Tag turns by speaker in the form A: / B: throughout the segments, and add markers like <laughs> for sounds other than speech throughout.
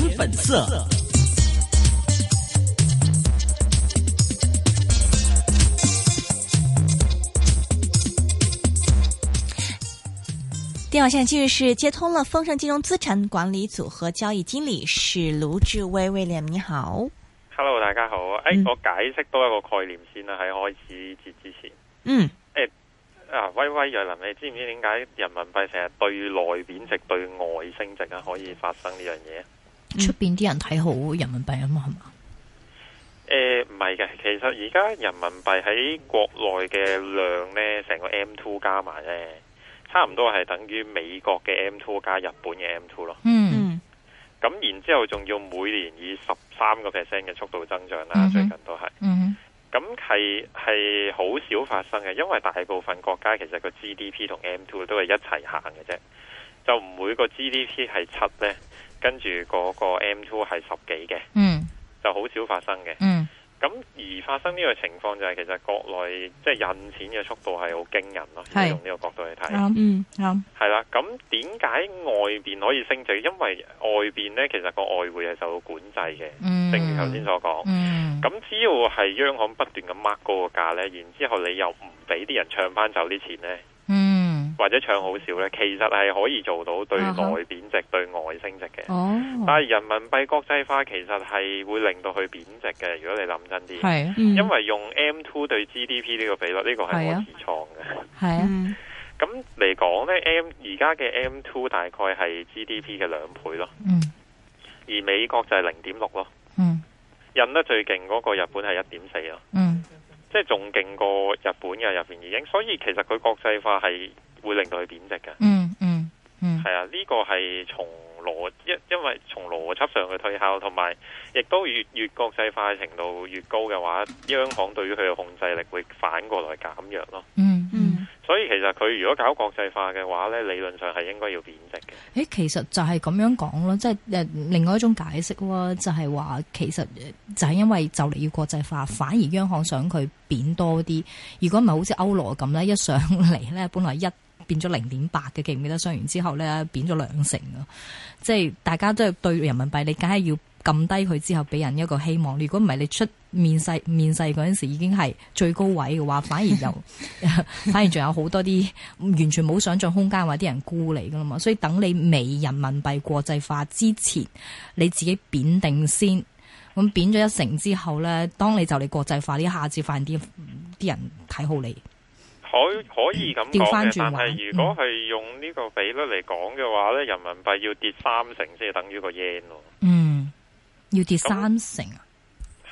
A: 本色。电话线继续是接通了丰盛金融资产管理组合交易经理是卢志威威廉，你好。
B: Hello，大家好。诶、
A: 嗯
B: 我解釋多一個概念先啦，喺開始節之前。
A: 嗯，
B: 啊，威威若林，你知唔知點解人民幣成日對內貶值、對外升值啊？可以發生呢樣嘢？
C: 出边啲人睇好人民幣啊嘛，係嘛？
B: 诶、唔係嘅，其實而家人民幣喺國內嘅量呢，成個 M two 加埋呢，差唔多係等於美國嘅 M two 加日本嘅 M two 咯。
C: 嗯
A: 嗯，
B: 咁然之後仲要每年以十三個 percent 嘅速度增長啦，
C: 嗯哼
B: 最近都係。
C: 嗯
B: 咁係係好少發生嘅，因為大部分國家其實個 GDP 同 M two 都係一齊行嘅啫，就唔會個 GDP 係七呢，跟住嗰個 M two 係十幾嘅，
C: 嗯
B: 就好少發生嘅。
C: 嗯
B: 咁而發生呢個情況就係其實國內即係印錢嘅速度係好驚人咯，
C: 係
B: 用呢個角度去睇。
C: 啱
A: 嗯，
C: 啱，
B: 係啦，咁點解外邊可以升值？因為外邊呢，其實個外匯係受到管制嘅，
C: 嗯，
B: 正如頭先所講。
C: 嗯，
B: 咁只要係央行不斷咁 mark 高個價呢，然之後你又唔俾啲人唱翻走啲錢呢，
C: 嗯，
B: 或者唱好少呢，其實係可以做到對
C: 啊哈
B: 內貶值、對外升值嘅。
C: 哦，
B: 但係人民幣國際化其實係會令到佢貶值嘅，如果你諗真啲。
C: 係啊
A: 嗯
B: 因為用 M two 對 GDP 呢個比率，呢、個係
C: 係
B: 我
C: 啊
B: 自創嘅。
C: 係啊，
A: 嗯
B: 咁嚟講呢 m 而家嘅 M two 大概係 GDP 嘅兩倍咯，
C: 嗯
B: 而美國就係零點六咯，
C: 嗯
B: 印得最勁嗰個日本係一點四咯，
C: 嗯
B: 即係仲勁過日本嘅入邊已經，所以其實佢國際化係會令到佢貶值嘅。
C: 嗯嗯嗯，
B: 係啊，呢、個係從邏因因為從邏輯上去推敲，同埋亦都越越國際化嘅程度越高嘅話，央行對於佢嘅控制力會反過來減弱咯。
C: 嗯嗯，
A: 嗯
B: 所以其實佢如果搞國際化嘅話呢，理論上係應該要貶值嘅。
C: 誒，其實就係咁樣講咯，即係誒另外一種解釋喎，就係話其實誒就係因為就嚟要國際化，反而央行想佢貶多啲。如果唔係好似歐羅咁咧，一上嚟咧，本來一變咗零點八嘅，記唔記得？上完之後咧，貶咗兩成啊！即係大家都係對人民幣，你梗係要撳低佢之後，俾人一個希望。如果唔係，你出面世面世嗰陣時已經係最高位嘅話，反而又 <laughs> 反而仲有好多啲完全冇想象空間或者啲人沽你噶啦嘛。所以等你未人民幣國際化之前，你自己貶定先。咁貶咗一成之後咧，當你就嚟國際化，呢一下子發現啲啲人睇好你。
B: 可可以咁
C: 調
B: 講
C: 返
B: 嘅，
C: 轉
B: 但
C: 玩
B: 係如果係用呢個比率嚟講嘅話呢，人民幣要跌三成先係等於個 yen 咯。
C: 嗯，要
B: 咁
C: 跌三成啊？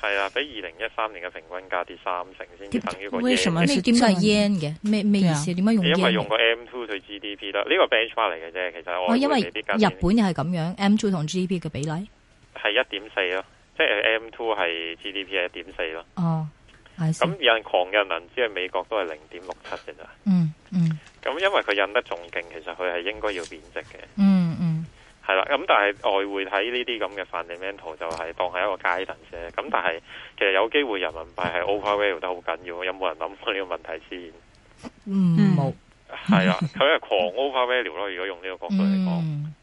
B: 係啊，比二零一三年嘅平均價跌三成先至等於個
A: 為什麼
B: yen。
A: 是
C: 咩點解
A: 真嘅
C: yen 嘅？咩咩意思？點解用
B: 因
C: yen？
B: 為
C: 嚟
B: 用個 M two 對 GDP 啦，呢個 benchmark 嚟嘅啫。其實我
C: 哦，因為
B: 為
C: 日本又係咁樣，M two 同 GDP 嘅比例。
B: 係一點四咯，即係 M two 係 GDP 係一點四咯。
C: 哦，I see，
B: 咁印狂印銀紙係美國都係零點六七嘅咋。
C: 嗯嗯
B: 咁因為佢印得仲勁，其實佢係應該要貶值嘅。
C: 嗯嗯
B: 係啦，咁但係外匯睇呢啲咁嘅 fundamental 就係當係一個 guidance 啫。咁但係其實有機會人民幣係 overvalue 得好緊要，有冇人諗過呢個問題先？
C: 嗯，冇。
B: 係
C: <laughs>
B: 啊，佢係狂 overvalue 咯。如果用呢個角度嚟講，
C: 嗯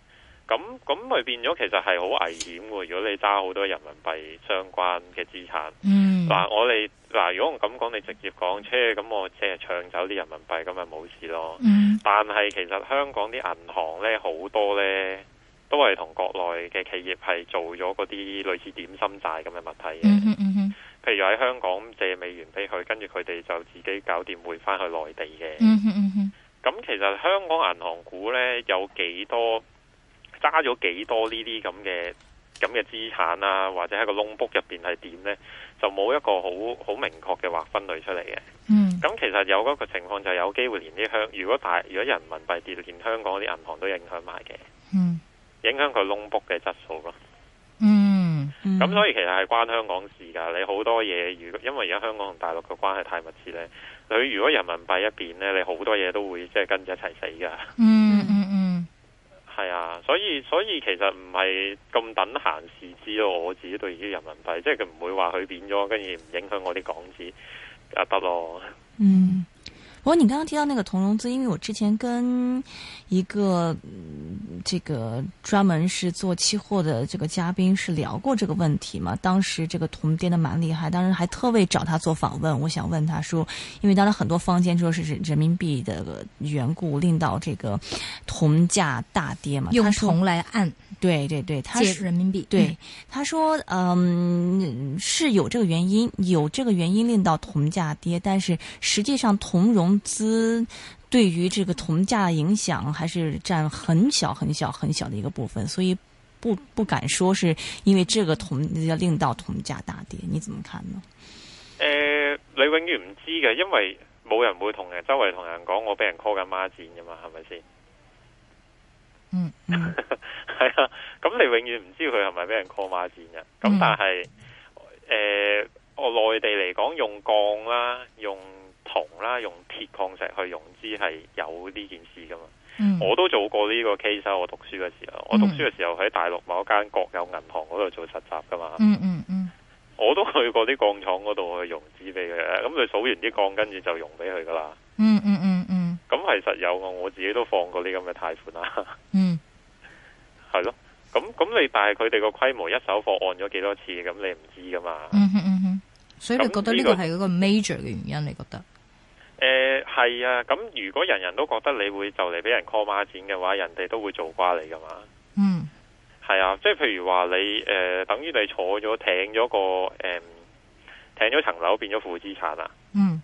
B: 咁咁咪變咗其實係好危險喎。如果你揸好多人民幣相關嘅資產，
C: 嗯，
B: 嗱、我哋嗱，如果我咁講，你直接講，車咁我只係唱走啲人民幣，咁咪冇事咯。
C: 嗯
B: 但係其實香港啲銀行呢，好多呢都係同國內嘅企業係做咗嗰啲類似點心債咁嘅物體嘅。
C: 嗯哼嗯哼
B: 譬如喺香港借美元俾佢，跟住佢哋就自己搞掂匯翻去內地嘅。
C: 嗯哼嗯哼
B: 咁、其實香港銀行股呢，有幾多揸咗幾多呢啲咁嘅咁嘅資產啊，或者喺個窿 book 入邊係點呢？就冇一個好好明確嘅劃分類出嚟嘅。
C: 嗯
B: 咁其實有嗰個情況就有機會連啲香，如果大如果人民幣跌，連香港啲銀行都影響埋嘅，
C: 嗯
B: 影響佢窿 book 嘅質素咯。
C: 嗯
A: 嗯
B: 咁、所以其實係關香港事㗎。你好多嘢，如果因為而家香港同大陸嘅關係太密切呢，佢如果人民幣一邊呢，你好多嘢都會即係跟住一齊死㗎。
C: 嗯嗯
B: 係啊，所以所以其實唔係咁等閒視之咯。我自己對於人民幣，即係佢唔會話佢變咗，跟住唔影響我啲港紙啊得咯。
A: 嗯，不过你刚刚提到那个铜融资，因为我之前跟一个、嗯这个专门是做期货的这个嘉宾是聊过这个问题嘛，当时这个铜跌的蛮厉害，当时还特为找他做访问，我想问他说，因为当时很多坊间说是人人民币的缘故，令到这个铜价大跌嘛，
C: 用
A: 他说
C: 铜来按
A: 对对对，他
C: 借
A: 说
C: 人民币，
A: 对，他说，嗯，是有这个原因，有这个原因令到铜价跌，但是实际上铜融资对于这个铜价的影响还是占很小很小很小的一个部分，所以不不敢说是因为这个铜令到铜价大跌，你怎么看呢？
B: 诶、你永遠唔知嘅，因為冇人會同人周圍同人講我俾人 call 緊孖展噶嘛，係咪先？ <laughs>
C: 嗯，
A: 嗯
B: 係啊，咁你永遠唔知佢係咪俾人 call 孖展嘅。咁
C: 嗯
B: 但係诶、誒我內地嚟講用鋼啦、用銅啦、用鐵礦石去融資係有呢件事噶嘛。
C: 嗯
B: 我都做過呢個 case 啊，我讀書嘅時候，我讀書嘅時候喺大陸某一間國有銀行嗰度做實習噶嘛。
C: 嗯嗯嗯，
B: 我都去過啲鋼廠嗰度去融資俾佢嘅，咁佢數完啲鋼，跟住就融俾佢噶啦。
C: 嗯嗯嗯嗯
B: 咁係實有嘅，我自己都放過呢咁嘅貸款啦， <laughs>
C: 嗯
B: 係咯。咁咁你但係佢哋個規模一手貨按咗幾多次，咁你唔知噶嘛？
C: 嗯嗯嗯嗯，所以你
B: 咁
C: 覺得呢
B: 呢
C: 個
B: 個
C: 係嗰個 major 嘅原因？你覺得？
B: 誒係、啊，咁如果人人都覺得你會就嚟俾人 call 孖展嘅話，人哋都會做瓜你噶嘛？
C: 嗯
B: 係啊，即係譬如話你誒、呃等於你坐咗艇咗個誒、嗯艇咗層樓變咗負資產啊，
C: 嗯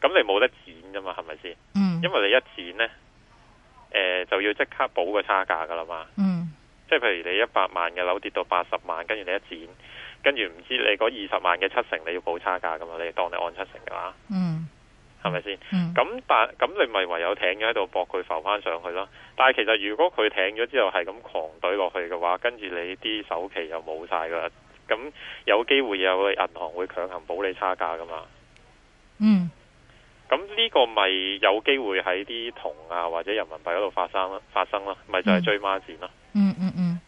B: 咁你冇得剪噶嘛？係咪先？
C: 嗯
B: 因為你一剪呢，诶、就要即刻補個差價噶啦嘛。
C: 嗯
B: 即係譬如你一百萬嘅樓跌到八十萬，跟住你一剪，跟住唔知你嗰二十萬嘅七成你要補差價噶嘛？你當你按七成噶啦，
C: 嗯
B: 係咪先？
C: 嗯
B: 咁但咁你咪唯有艇咗喺度搏佢浮翻上去咯。但係其實如果佢艇咗之後係咁狂懟落去嘅話，跟住你啲首期又冇晒噶啦，咁有機會有銀行會強行補你差價噶嘛？
C: 嗯
B: 咁呢個咪有機會喺啲銅啊或者人民幣嗰度發生啦，發生啦，咪就係追孖展咯。
C: 嗯嗯嗯，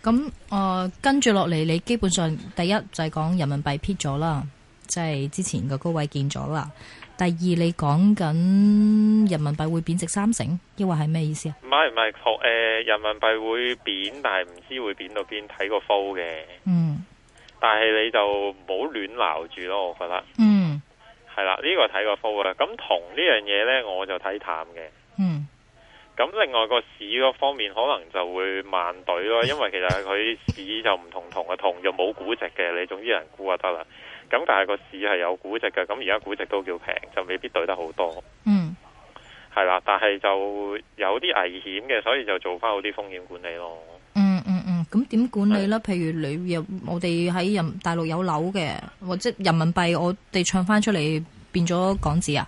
C: 咁誒跟住落嚟，你基本上第一就係講人民幣撇咗啦，即係之前個高位見咗啦。第二，你講緊人民幣會貶值三成，抑或係咩意思啊？
B: 唔係唔係，學誒、人民幣會貶，但係唔知會貶到邊，睇個 flow 嘅。
C: 嗯
B: 但係你就唔好亂鬧住咯，我覺得
C: 嗯
B: 係啦，呢、個睇個 flow 啦。咁銅呢樣嘢呢，我就睇淡嘅。
C: 嗯
B: 咁另外個市嗰方面可能就會慢隊
C: <laughs>
B: 咯，因為其實佢市就唔同銅嘅，銅就冇估值嘅，你總之有人估就得啦。咁但係個市係有估值嘅，咁而家估值都叫平，就未必對得好多。
C: 嗯
B: 係啦，但係就有啲危險嘅，所以就做翻好啲風險管理咯。
C: 嗯嗯嗯，咁點管理咧？譬如你入我哋喺人大陸有樓嘅，或者人民幣我哋唱翻出嚟變咗港紙啊，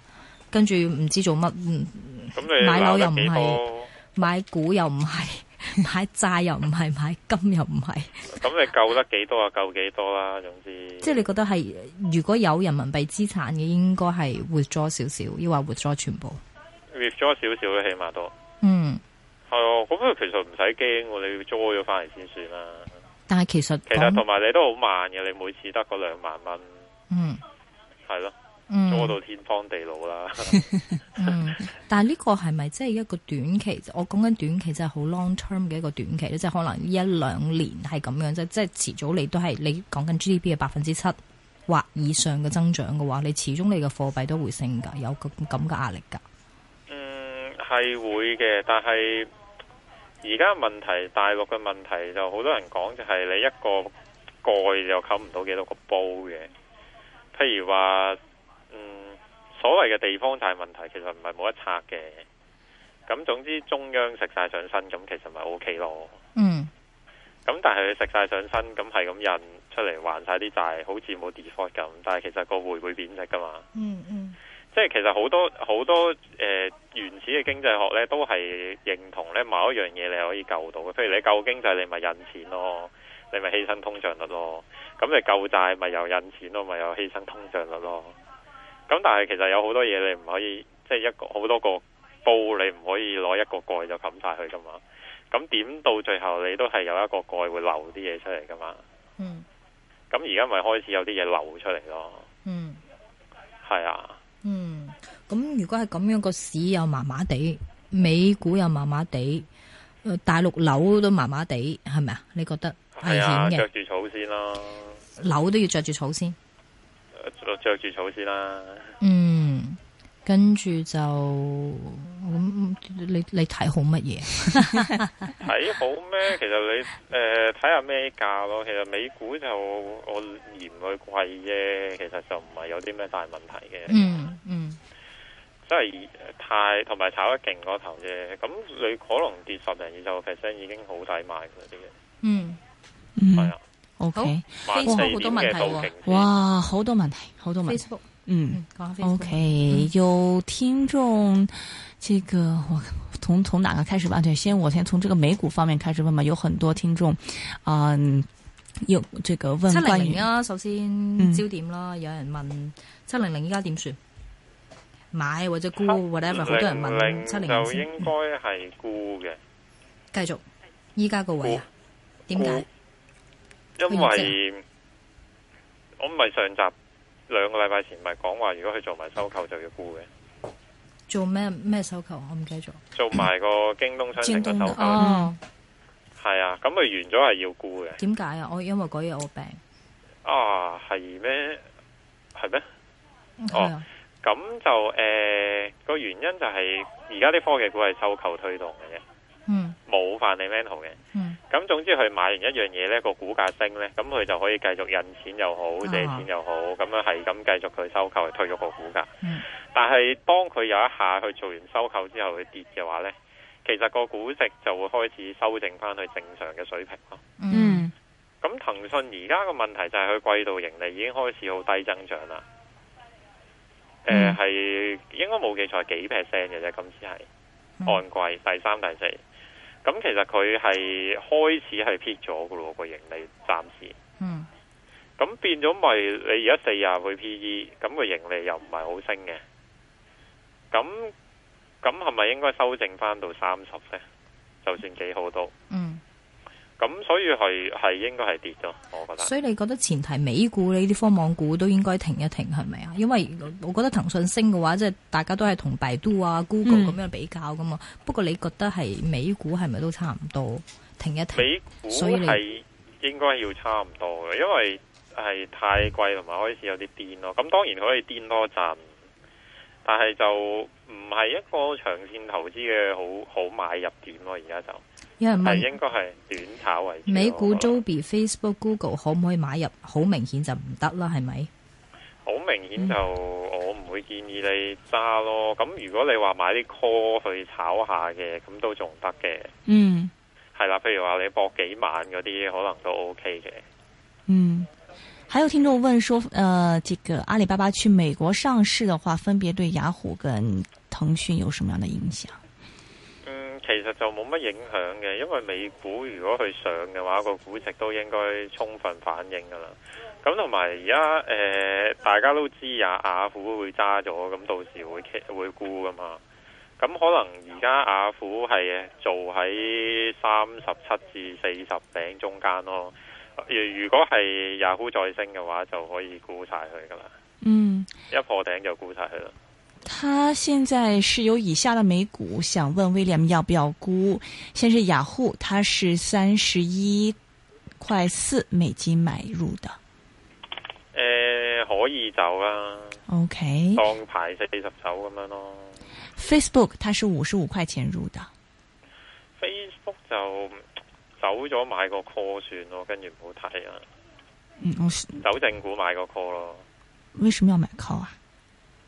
C: 跟住唔知做乜，嗯
B: 咁你
C: 買樓
B: 鬧
C: 又
B: 得
C: 唔
B: 幾
C: 係
B: 多？
C: 買股又唔係， <laughs> 買債又唔係，買金又唔係。
B: 咁你救得幾多啊？救幾多啦、總之，
C: 即係你覺得係如果有人民幣資產嘅，應該係活咗少少，抑或活咗全部？
B: withdraw 少少啦，起碼都
C: 嗯，
B: 係哦。咁佢其實唔使驚喎，你要 draw 咗翻嚟先算啦。
C: 但係其實
B: 其實
C: 講
B: 同埋你都好慢嘅，你每次得嗰兩萬蚊，
C: 嗯
B: 係咯，draw
C: 嗯
B: 到天荒地老啦。 <laughs>
C: 嗯，但係呢個係咪即係一個短期？我講緊短期即係好 long term 嘅一個短期咧，即係可能一兩年係咁樣啫。即係遲早你都係你講緊 GDP 嘅百分之七或以上嘅增長嘅話，你始終你嘅貨幣都會升㗎，有咁咁嘅壓力㗎。
B: 嗯，係會嘅，但係而家問題，大陸嘅問題就好多人講就係你一個蓋就冚唔到幾多個煲嘅。譬如話，嗯，所謂嘅地方債問題其實唔係冇得拆嘅。咁總之中央食晒上身，咁其實咪 O K 咯。
C: 嗯
B: 咁但係佢食晒上身，咁係咁印出嚟還晒啲債，好似冇 default 咁，但係其實個匯會貶值噶嘛。
C: 嗯嗯
B: 即係其實好多好多誒、呃原始嘅經濟學咧，都係認同咧某一樣嘢你可以救到嘅。譬如你救經濟，你咪印錢咯，你咪犧牲通脹率咯。咁你救債咪又印錢咯，咪又犧牲通脹率咯。咁但係其實有好多嘢你唔可以，即係一個好多個煲，你唔可以攞一個蓋就冚晒佢噶嘛。咁點到最後你都係有一個蓋會流啲嘢出嚟噶嘛。
C: 嗯
B: 咁而家咪開始有啲嘢流出嚟咯，
C: 嗯。
B: 係啊。
C: 嗯，咁如果係咁樣，個市又麻麻地，美股又麻麻地，呃大陸樓都麻麻地，係咪啊？你覺得危
B: 係啊，
C: 險
B: 着
C: 嘅
B: 住草先啦，
C: 樓都要着住草先。
B: 着着住草先
C: <laughs>
B: 啦。
C: 嗯，跟住就咁，你你睇好乜嘢？
B: 睇好咩？其實你诶睇下咩價咯。其實美股就我嫌佢貴啫，其實就唔係有啲咩大問題嘅。
C: 嗯嗯
B: 即係呃太同埋炒得勁嗰頭啫。咁你可能跌十零二十個 percent 已經好抵買嗰啲嘅，
C: 嗯，
B: 係
A: 嗯
B: 啊，
A: ，OK，
B: 萬四點
C: Facebook 好多
B: 嘅
C: 問題
B: 道
C: 喎
B: 瓊斯
A: 哇，好多問題，好多問題，
C: Facebook，
A: 嗯。
C: 嗯，講下 Facebook。
A: OK，有听众，这个我从从哪个开始吧？对，先我先从这个美股方面开始问吧。有很多听众，嗯、有这个问
C: 七
A: 关
C: 零
A: 于
C: 零啊，首先焦點啦，有人問七零零依家點算？買或者沽 whatever，好多人問七
B: 零
C: 零零
B: 就
C: 先
B: 應該係沽嘅，
C: 繼續依家個位啊？點解？
B: 因為我咪上集兩個禮拜前咪講話，如果佢做埋收購就要沽嘅，
C: 做咩咩收購？我唔記得咗。
B: 做埋個京東商城嘅收購，
A: 京東
C: 哦，
B: 係啊，咁佢完咗係要沽嘅。
C: 點解啊？我因為嗰日我病。
B: 啊，係咩？係咩？
C: 係啊，
B: 咁就誒個、原因就係而家啲科技股係收購推動嘅啫，
C: 嗯
B: 冇 fundamental 嘅。
C: 嗯
B: 咁總之佢買完一樣嘢呢個股價升呢，咁佢就可以繼續印錢又好，借錢又好，咁樣係咁繼續佢收購，去推咗個股價。
C: 嗯
B: 但係當佢有一下去做完收購之後，佢跌嘅話呢，其實個估值就會開始修正翻去正常嘅水平咯。
C: 嗯
B: 咁騰訊而家個問題就係佢季度盈利已經開始好低增長啦。誒、
C: 嗯
B: 係應該冇記錯係幾 percent 嘅啫，今次係。
C: 嗯
B: 按季第三、第四。咁其實佢係開始係撇咗噶咯，個盈利暫時。
C: 嗯
B: 咁變咗咪你而家四廿倍 P E，咁個盈利又唔係好升嘅。咁咁係咪應該修正翻到三十呢？就算幾好都，
C: 嗯。
B: 咁所以係係應該係跌咯，我覺得。
C: 所以你覺得前提美股呢啲科網股都應該停一停係咪啊？因為我覺得騰訊升嘅話，即係大家都係同百度啊、Google
A: 嗯
C: 咁樣比較噶嘛。不過你覺得係美股係咪都差唔多停一停？
B: 美股
C: 所以你
B: 係應該要差唔多嘅，因為係太貴同埋開始有啲癲咯。咁當然佢可以癲多陣，但係就唔係一個長線投資嘅好好買入點咯。而家就
C: 有人
B: 係
C: 問
B: 應該係短炒為主咯。
C: 美股
B: 我覺得
C: Joby、Facebook、Google 可唔可以買入？好明顯就唔得啦，係咪？
B: 好明顯就我唔會建議你揸咯。咁如果你話買啲 call 去炒下嘅，咁都仲得嘅。
A: 嗯
B: 係啦，譬如話你搏幾晚嗰啲，可能都 OK 嘅。
A: 嗯，还有听众问说，呃，这个阿里巴巴去美国上市的话，分别对雅虎跟腾讯有什么样的影响？
B: 嗯，其實就冇乜影響嘅，因為美股如果佢上嘅話，個估值都應該充分反映噶啦。咁同埋而家誒，大家都知啊，雅虎會揸咗，咁到時會 ca- 會沽噶嘛。咁可能而家雅虎係做喺三十七至四十頂中間咯。如如果係雅虎再升嘅話，就可以沽晒佢噶啦，
A: 嗯，
B: 一破頂就沽晒佢啦。
A: 他现在是有以下的美股，想问威廉要不要沽？先是雅虎，它是三十一块四美金买入的。
B: 誒、呃可以走啦，
A: OK，
B: 當排四十走咁樣咯。
A: Facebook 它是五十五块钱入的。
B: Facebook 就走咗買個 call 算咯，跟住唔好睇啊，
A: 嗯，我是
B: 走正股買個 call 咯。
A: 为什么要买 call 啊？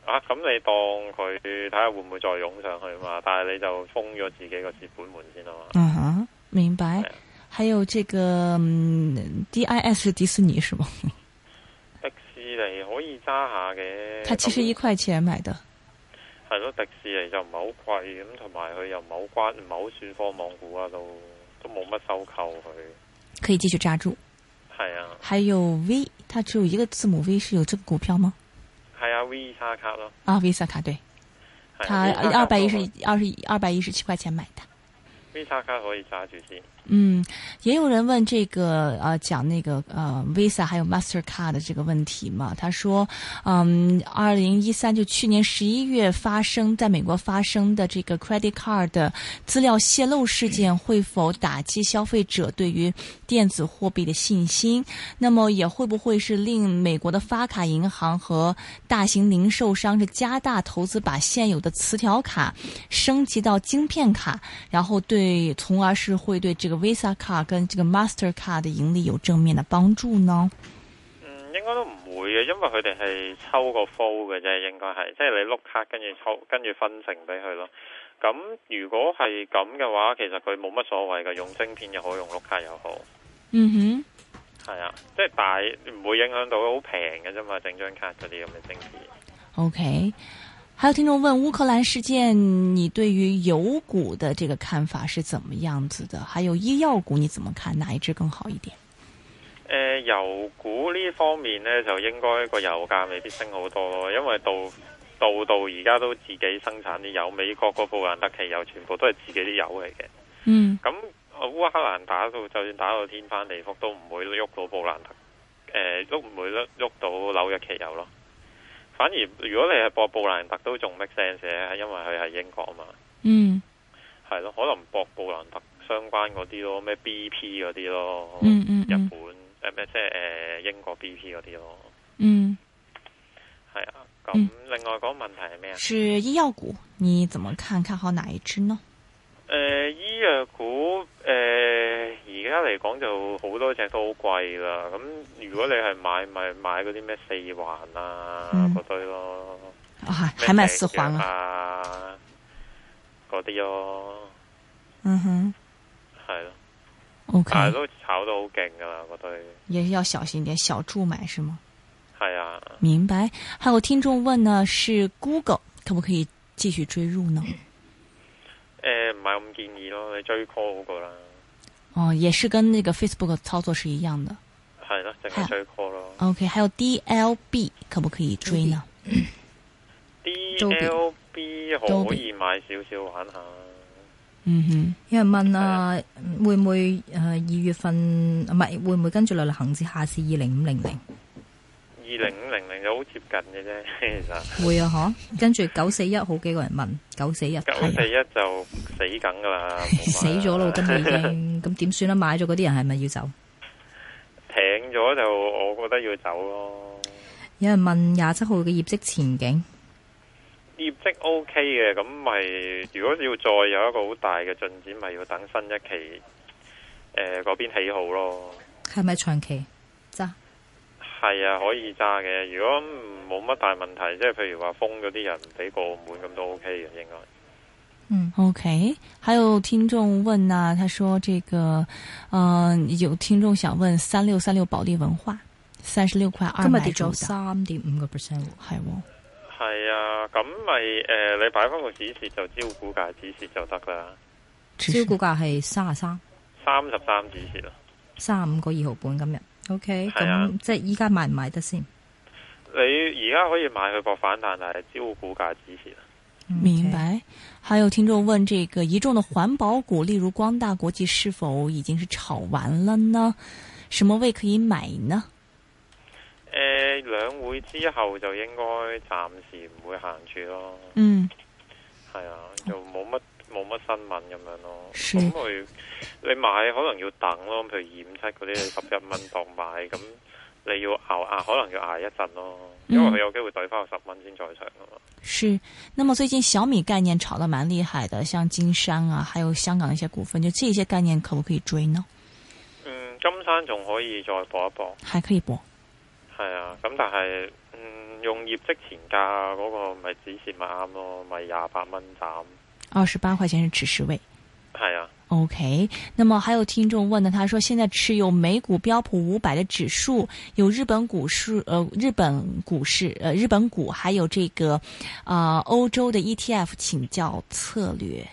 B: 啊，咁你當佢睇下會唔會再湧上去嘛？但係你就封咗自己個蝕本門先啊嘛。
A: 嗯哼，哎明白
B: 对。
A: 还有这个、嗯、DIS 是迪士尼是吗？
B: 迪士尼可以揸下嘅，
A: 它七十一
B: 咁
A: 块钱买的。
B: 係咯，迪士尼就唔係好貴咁，同埋佢又唔係好關，唔係好算科網股啊，都都冇乜收購佢。
A: 可以继续抓住。
B: 係啊，
A: 还有 V，它只有一个字母 V，是有这个股票吗？
B: 係啊，Visa 卡咯，
A: 啊，Visa 卡对，
B: 係
A: 它
B: 啊 Visa 卡
A: 二百一十
B: 都可以
A: 二十二百一十七块钱买的。
B: Visa 卡可以揸住先。
A: 嗯，也有人问这个呃，讲那个呃，Visa 还有 Mastercard 的这个问题嘛？他说，嗯，二零一三就去年十一月发生在美国发生的这个 credit card 的资料泄露事件，会否打击消费者对于电子货币的信心？那么也会不会是令美国的发卡银行和大型零售商是加大投资，把现有的磁条卡升级到晶片卡，然后对，从而是会对这个 Visa 卡跟这个 Master 卡的盈利有正面的帮助呢？
B: 嗯，應該都唔會嘅，因為佢哋係抽個 full 嘅啫，應該係即係你碌卡跟住抽，跟住分成俾佢咯。咁如果係咁嘅話，其實佢冇乜所謂嘅，用晶片又好，用碌卡又好，
A: 嗯
B: 係啊，即係大唔會影響到，好平嘅啫嘛，整張卡嗰啲咁嘅晶片。
A: 哼，OK。还有听众问乌克兰事件，你对于油股的这个看法是怎么样子的？还有医药股你怎么看？哪一只更好一点？
B: 誒、油股呢方面呢，就應該個油價未必升好多咯，因為到到到而家都自己生產啲油，美國嗰布蘭特期油全部都係自己啲油嚟嘅。
A: 嗯
B: 咁呃烏克蘭打到就算打到天翻地覆，都唔會喐到布蘭特，誒喐唔會喐喐到紐約期油咯。反而如果你係博布蘭特都仲 make sense 嘅，因為佢係英國啊嘛，
A: 嗯
B: 係咯，可能博布蘭特相關嗰啲咯，咩 BP 嗰啲咯，
A: 嗯嗯
B: 日
A: 嗯
B: 本誒咩即係誒呃英國 BP 嗰啲咯，
A: 嗯，
B: 係啊。咁
A: 嗯
B: 另外嗰個問題係咩啊？
A: 是医药股，你怎么看？看好哪一只呢？
B: 誒、呃醫藥股誒而家嚟講就好多隻都好貴啦。咁如果你係買咪買嗰啲咩四環啊
A: 嗯
B: 嗰、堆咯，
A: 啊，还
B: 咩
A: 还卖四
B: 石藥
A: 环啊？
B: 啊嗰啲咯，
A: 嗯哼
B: 係咯，
A: ，OK，
B: 但係都炒得好勁噶啦嗰堆，
A: 也是要小心一点，小注买是吗？
B: 係啊。
A: 明白。还有听众问呢，是 Google 可不可以继续追入呢？
B: 誒呃唔係咁建議咯，你追 call 好過啦，
A: 哦，也是跟那个 Facebook 的操作是一样的。
B: 係咯，淨
A: 啊
B: 係追 call 咯。
A: OK，还有 DLB 可不可以追呢？
B: DLB 可以買少少玩下，
A: 嗯哼，
C: 有人問啊，會唔會诶二月份唔係會唔會跟住落嚟行至下市二零五零零？
B: 二零五零零就好接近嘅啫，其實。
C: 會啊，嗬！跟住九四一好幾個人問，九四一
B: 九四一就死緊噶啦，冇
C: 啊 <laughs> 死咗咯，根本已經咁點算啊？買咗嗰啲人係咪要走？
B: 艇咗就我覺得要走咯。
C: 有人問廿七號嘅業績前景，
B: 業績 O K 嘅，咁咪如果要再有一個好大嘅進展，咪要等新一期誒嗰邊起好咯。
C: 係咪長期揸？
B: 係啊，可以揸嘅。如果冇乜大問題，即係譬如話封咗啲人唔俾過澳門咁都 O K 嘅，應該。
C: 嗯。
A: OK，还有听众问呢，他说这个，嗯、有听众想问三六三六保利文化三十六块二
C: 今日
A: 买
C: 跌
A: 入
C: 咗
A: 的，
C: 三點五個 percent 喎。
A: <laughs> 系喎、
B: 係啊，咁咪誒你擺翻個指示就招股價指示就得啦，
A: 只
C: 招
A: 是
C: 股價係三十三、
B: 三十三指示咯。
C: 三十五個二毫半今日。OK，
B: 係啊
C: 咁即係依家買唔買得先？
B: 你而家可以買佢博反彈，但係招股價啊指示啦。
C: 嗯
A: 明
C: OK。
A: 白。还有听众问，这个一众的环保股，例如光大国际，是否已经是炒完了呢？什么位可以买呢？
B: 誒、兩會之後就應該暫時唔會行住咯，
A: 嗯，
B: 係啊，就冇乜冇乜新聞咁樣咯。
A: 是
B: 咁佢你買可能要等咯，譬如二五七嗰啲，你十一蚊當買，咁你要熬啊，可能要捱一陣咯，因為
A: 嗯
B: 佢有機會懟翻十蚊先再上啊噶嘛。
A: 是。那么最近小米概念炒得蛮厉害的，像金山啊，还有香港的一些股份，就这些概念可不可以追呢？
B: 嗯，金山仲可以再搏一搏，
A: 还可以不？
B: 係啊，咁但係嗯用業績前價嗰個咪指示咪啱咯，咪廿八蚊斬，
A: 二十八块钱是指示位。
B: 係啊。
A: OK，那么还有听众问呢，他说现在持有美股标普五百的指数，有日本股市，呃，日本股市，呃，日本股，还有这个，啊、欧洲的 ETF，请教策略。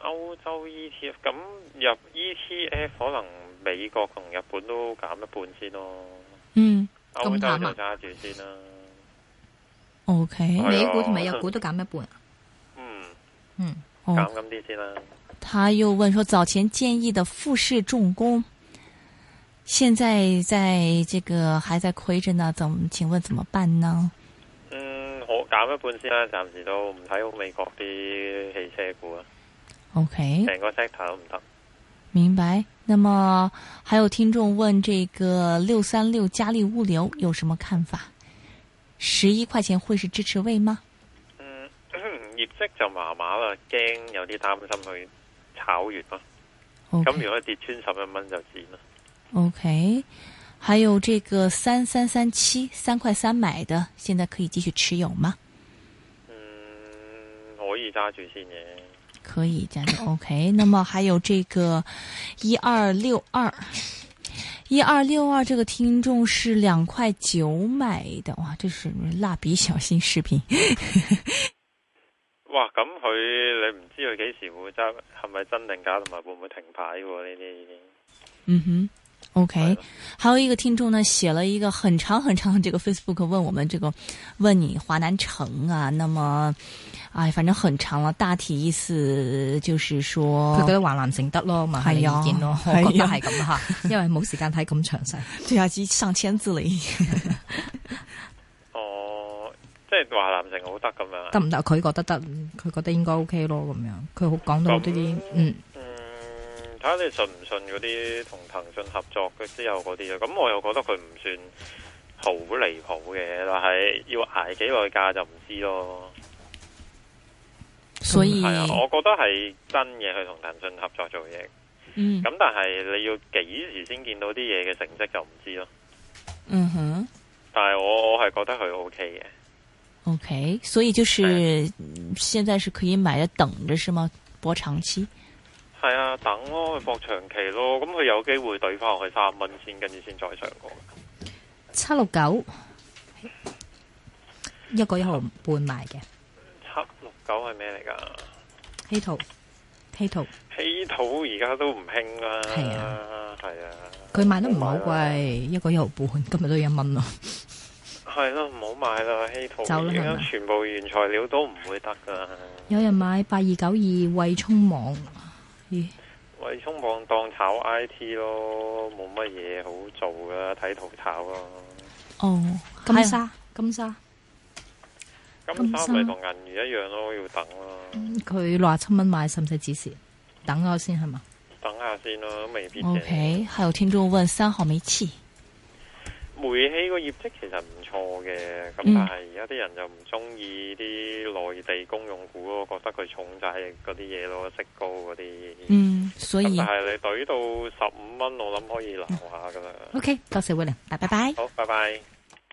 B: 歐洲 ETF 咁入 ETF 可能美國同日本都減一半先咯，
A: 嗯
B: 歐洲
C: 咁淡
B: 就
C: 啊
B: 揸住先啦。
A: ，OK，
B: 係啊
C: 美股同埋日股都減一半啊。
B: 嗯，
C: 嗯，
A: 哦
B: 減，咁啲先啦。
A: 他又问说，早前建议的复式重工，现在在这个还在亏着呢，怎么请问怎么办呢？
B: 嗯，好減一半先啦，暫時都唔睇好美國啲汽車股啊，
A: OK，
B: 成個 sector 都唔得。
A: 明白。那么还有听众问这个六三六嘉利物流有什么看法？十一块钱会是支持位吗？
B: 嗯， <clears throat> 業績就麻麻啦，驚有啲擔心佢炒完咯。
A: o
B: 咁
A: k
B: 如果跌穿十一蚊就剪啦。
A: OK，还有这个三三三七三块三买的，现在可以继续持有吗？
B: 嗯，可以揸住先嘅。
A: 可以，这样就 OK。那么还有这个一二六二。一二六二这个听众是两块九买的，哇，这是蜡笔小新视频，
B: 哇！咁佢你唔知佢幾時會揸，係咪真定假，同埋會唔會停牌喎？呢啲已經
A: 嗯哼，OK。
B: 係咯
A: 还有一个听众呢，写了一个很长很长的这个 Facebook 问我们这个，问你华南城啊，那么，哎，反正很长了，大体意思就是
C: 佢覺
A: 说，
C: 得華南城得咯，問下你
A: 哦係啊
C: 意
A: <laughs>
C: 見咯。我
A: 係啊
C: 覺得係咁嚇， <laughs> 因為冇時間睇咁詳細。
A: 对啊，已上千字了已经。
B: 哦，即係華南城好得咁樣。
C: 得唔得？佢覺得得，佢覺得應該 OK 咯，咁樣佢好講到好多啲
B: 咁，
C: 嗯，
B: 嗯，睇下你信唔信嗰啲同騰訊合作嘅之後嗰啲啊，咁我又覺得佢唔算好離譜嘅，但係要捱幾耐價就唔知咯。
A: 所以
B: 係，啊，我覺得係真嘅，佢同騰訊合作做嘢，
A: 嗯
B: 咁但係你要幾時先見到啲嘢嘅成績就唔知咯。
A: 嗯哼
B: 但係我我係覺得佢 O K 嘅，
A: ，OK，所以就是嗯现在是可以买的，等着是吗？博长期。
B: 係啊，等咯，搏長期咯，咁佢有機會懟翻落去三蚊先，跟住先再上過。
C: 七六九一個一毫半賣嘅
B: 七六九係咩嚟㗎？
C: 稀土，稀土
B: 稀土而家都唔興啦，
C: 係
B: 啊，係啊，
C: 佢賣得唔係好貴，一個一毫半，今日都一蚊咯。
B: 係咯，唔好買啦，稀土
C: 走
B: 而
C: 啦係
B: 家
C: 咪
B: 全部原材料都唔會得噶啦，
C: 有人買八二九二惠聰網，咦？
B: 為衝榜當炒 I T 咯，冇乜嘢好做噶，睇圖炒咯。
A: 哦，
C: 金沙金沙，
B: 金
C: 咁
B: 三
C: 生
B: 咪同銀魚一樣咯，要等咯，
C: 佢六十七蚊買，使唔使指示？等我先係嘛？
B: 等下先咯，未必嘅。
A: OK，还有听众问三号煤气，
B: 煤氣個業績其實唔錯嘅，咁
A: 嗯
B: 但係而家啲人就唔中意啲內地公用股咯，覺得佢重債嗰啲嘢咯，息高嗰啲。
A: 嗯，所
B: 咁
A: 以
B: 但係你懟到十五蚊，我諗可以留下噶啦。
A: 嗯
C: OK，多謝 William，拜拜
A: 拜。拜。
B: 好，拜拜。